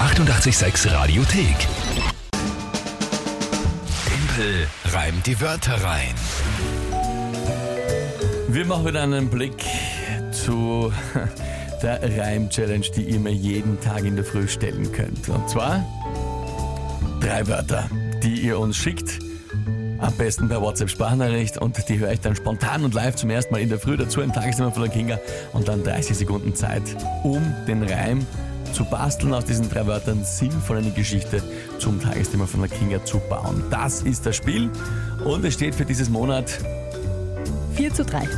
886 Radiothek. Tempel reimt die Wörter rein. Wir machen wieder einen Blick zu der Reim-Challenge, die ihr mir jeden Tag in der Früh stellen könnt. Und zwar drei Wörter, die ihr uns schickt. Am besten per WhatsApp-Sprachnachricht und die höre ich dann spontan und live zum ersten Mal in der Früh dazu im Tageszimmer von der Kinga und dann 30 Sekunden Zeit, um den Reim zu basteln, aus diesen drei Wörtern sinnvoll eine Geschichte zum Tagesthema von der Kinga zu bauen. Das ist das Spiel und es steht für dieses Monat 4 zu 3.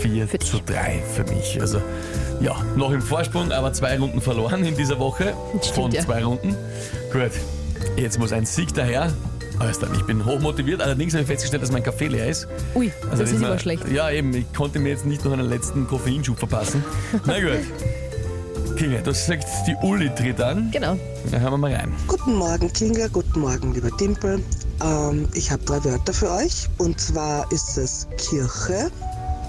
4 Für dich. zu 3 für mich. Also ja, noch im Vorsprung, aber zwei Runden verloren in dieser Woche. Das stimmt, von ja. zwei Runden. Gut, jetzt muss ein Sieg daher. Alles klar, ich bin hochmotiviert, allerdings habe ich festgestellt, dass mein Kaffee leer ist. Ui, Also das ist immer- immer schlecht. Ja, eben, ich konnte mir jetzt nicht noch einen letzten Koffeinschub verpassen. Na gut. Kinga, das sagt die Uli tritt an. Genau. Da hören wir mal rein. Guten Morgen, Kinga. Guten Morgen, lieber Dimple. Ähm, ich habe drei Wörter für euch. Und zwar ist es Kirche,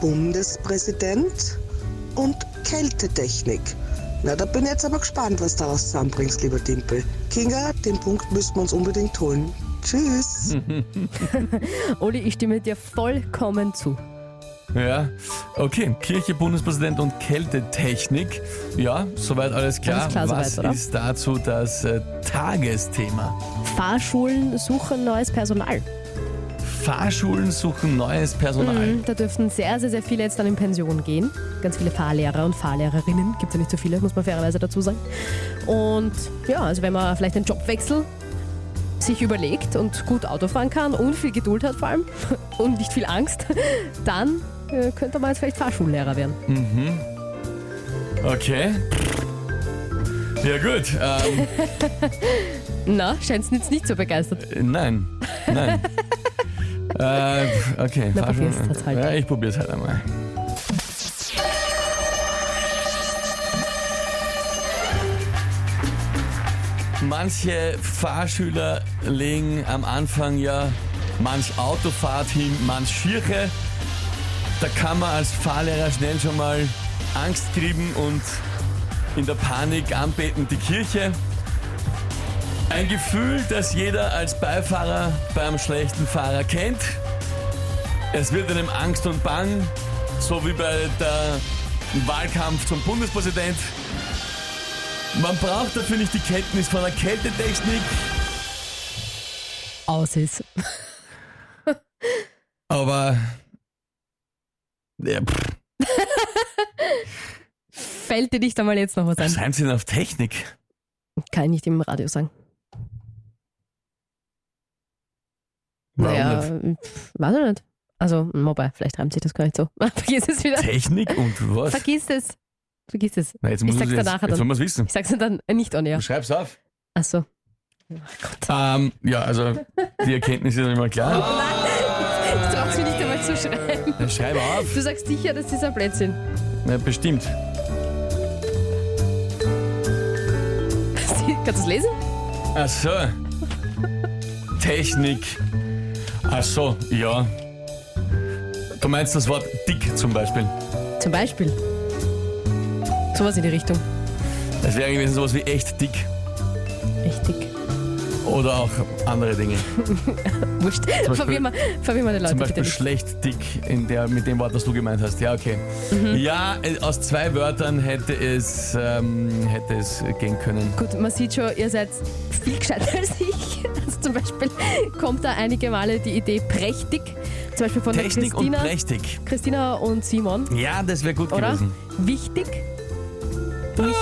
Bundespräsident und Kältetechnik. Na, da bin ich jetzt aber gespannt, was daraus zusammenbringst, lieber Dimple. Kinga, den Punkt müssen wir uns unbedingt holen. Tschüss. Oli, ich stimme dir vollkommen zu. Ja, okay. Kirche, Bundespräsident und Kältetechnik. Ja, soweit alles klar. Alles klar Was soweit, oder? ist dazu das äh, Tagesthema? Fahrschulen suchen neues Personal. Fahrschulen suchen neues Personal. Mhm, Da dürften sehr, sehr, sehr viele jetzt dann in Pension gehen. Ganz viele Fahrlehrer und Fahrlehrerinnen. Gibt es ja nicht so viele, muss man fairerweise dazu sagen. Und ja, also wenn man vielleicht einen Jobwechsel sich überlegt und gut Auto fahren kann und viel Geduld hat vor allem und nicht viel Angst, dann äh, könnte man jetzt vielleicht Fahrschullehrer werden. Okay. Ja gut. Ähm, Na, scheinst du jetzt nicht so begeistert. Äh, nein. Nein. äh, okay. Fahrschulen- Na, probier's das halt. Ja, ich probier's halt einmal. Manche Fahrschüler legen am Anfang ja manch Autofahrt hin, manch Schirche. Da kann man als Fahrlehrer schnell schon mal Angst kriegen und in der Panik anbeten die Kirche. Ein Gefühl, das jeder als Beifahrer beim schlechten Fahrer kennt. Es wird einem Angst und Bang, so wie bei der Wahlkampf zum Bundespräsident. Man braucht dafür nicht die Kenntnis von der Kältetechnik, Aus ist. aber ja, pff, Fällt dir nicht einmal jetzt noch was was ein? haben Sie denn auf Technik? Kann ich nicht im Radio sagen. Warum naja, nicht? pf, weiß ich nicht. Also, wobei, vielleicht reimt sich das gar nicht so. Vergiss es wieder. Technik und was? Vergiss es. Vergiss es. Na, jetzt Ich muss sag's es jetzt, dir nachher jetzt dann. wollen wir es wissen. Ich sag's dir dann äh, nicht on air. Schreib's auf. Achso. Ähm, ja, also die Erkenntnis ist immer klar. Ich traue mich nicht einmal zu schreiben. Ja, Schreib auf. Du sagst sicher, das ist ein Blödsinn. Ja, bestimmt. Kannst du es lesen? Ach so. Technik. Ach so, ja. Du meinst das Wort dick zum Beispiel. Zum Beispiel. Sowas in die Richtung. Das wäre gewesen sowas wie echt dick. Richtig. Oder auch andere Dinge. Wurscht. Beispiel- Verwirr mal, verwirr mal die Leute Zum bitte Beispiel nicht. schlecht dick in der, mit dem Wort, das du gemeint hast. Ja, okay. Mhm. Ja, äh, aus zwei Wörtern hätte es, ähm, hätte es gehen können. Gut, man sieht schon, ihr seid viel gescheiter als ich. Also zum Beispiel kommt da einige Male die Idee prächtig. Zum Beispiel von Technik der und Christina, prächtig. Christina und Simon, Ja, das wäre gut oder? gewesen. Wichtig. Mich,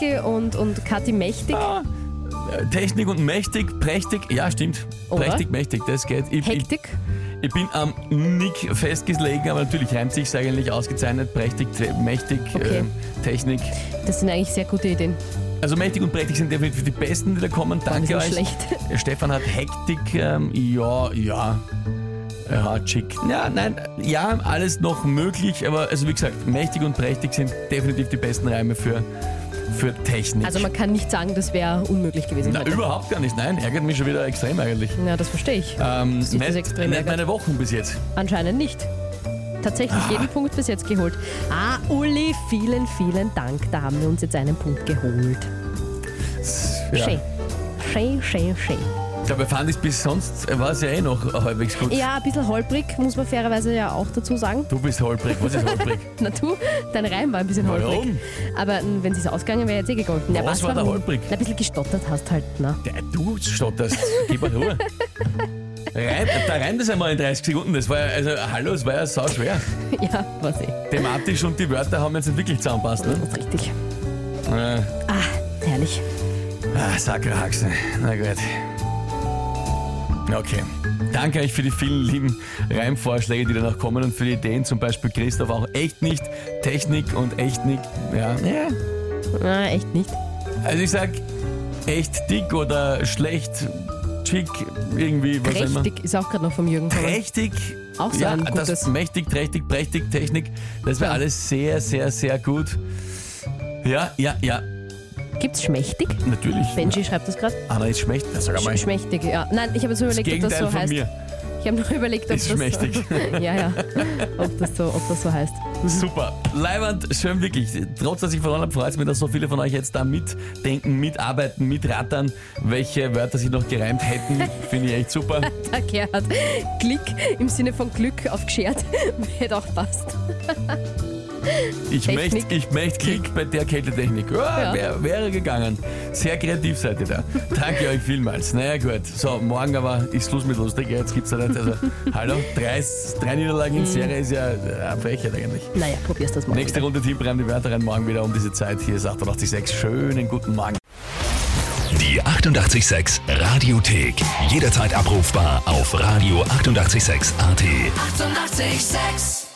Michi und, und Kathi mächtig. Äh, Technik und mächtig, prächtig. Ja, stimmt. Oder? Prächtig, mächtig, das geht. Ich, ich, Hektik. Ich bin am Nick festgelegen, aber natürlich reimt sich's eigentlich ausgezeichnet. Prächtig, tre- mächtig, Okay. ähm, Technik. Das sind eigentlich sehr gute Ideen. Also mächtig und prächtig sind definitiv die Besten, die da kommen. Danke Ein euch. bisschen schlecht. Stefan hat Hektik. Ähm, ja, ja. Ja, schick. Ja, nein, ja, alles noch möglich, aber also wie gesagt, mächtig und prächtig sind definitiv die besten Reime für, für Technik. Also man kann nicht sagen, das wäre unmöglich gewesen. Na, heute. überhaupt gar nicht, nein, ärgert mich schon wieder extrem eigentlich. Ja, das verstehe ich. Ähm, ist das nicht, extrem nicht ärgert. meine Wochen bis jetzt. Anscheinend nicht. Tatsächlich Ah. jeden Punkt bis jetzt geholt. Ah, Uli, vielen, vielen Dank. Da haben wir uns jetzt einen Punkt geholt. Ja. Schön. Schön, schön, schön. Dabei fand ich bis sonst, war es ja eh noch halbwegs gut. Ja, ein bisschen holprig, muss man fairerweise ja auch dazu sagen. Du bist holprig, was ist holprig? Na du, dein Reim war ein bisschen holprig. Warum? Aber n, wenn es ausgegangen wäre, hätte es eh gegolten. Na, Was war da warum? holprig? Na, ein bisschen gestottert hast halt, na. Der, du stotterst, gib mal Ruhe. Rein, da rein das einmal in 30 Sekunden, das war ja, also hallo, es war ja sau schwer. Ja, was eh. Thematisch und die Wörter haben jetzt nicht wirklich zusammenpasst, ne? Das ist richtig. Äh, Ah, herrlich. Ah, Sakrahaxe. Na gut. Okay. Danke euch für die vielen lieben Reimvorschläge, die danach kommen und für die Ideen. Zum Beispiel Christoph auch echt nicht. Technik und echt nicht. Ja. ja. Na, echt nicht. Also ich sag echt dick oder schlecht, chic, irgendwie, was immer. Prächtig ist auch gerade noch vom Jürgen gekommen. Prächtig. Auch so ja, ein das gutes. mächtig, trächtig, prächtig, Technik. Das wäre Ja. alles sehr, sehr, sehr gut. Ja, ja, ja, Gibt's schmächtig? natürlich. Benji schreibt das gerade. Anna ist schmächtig. Na, Sag einmal. Schmächtig, ja. Nein, ich habe jetzt nur Das überlegt, ob das Gegenteil so von heißt. mir. Ich habe noch überlegt, ob Ist das schmächtig. So, ja, ja. Ob das, so, ob das so heißt. Super. Leiband, schön wirklich. Trotz, dass ich verloren habe, freut es mich, dass so viele von euch jetzt da mitdenken, mitarbeiten, mitrattern, welche Wörter sich noch gereimt hätten. Finde ich echt super. Der Gerhard. Klick im Sinne von Glück auf geschert. Hätte auch passt. Ich Technik. möchte ich möcht Klick bei der Kältetechnik. Ja. Ja, wär, wäre gegangen. Sehr kreativ seid ihr da. Danke euch vielmals. Naja, gut. So, morgen aber ist Schluss mit lustig. Jetzt gibt's ja nicht. Also, hallo, drei, drei Niederlagen in Serie ist ja eine Frechheit eigentlich. Naja, probier's das mal. Nächste Runde Team Breim, die Wörter rein morgen wieder um diese Zeit. Hier ist 886. Schönen guten Morgen. Die 886 Radiothek. Jederzeit abrufbar auf radio886.at. 886! 886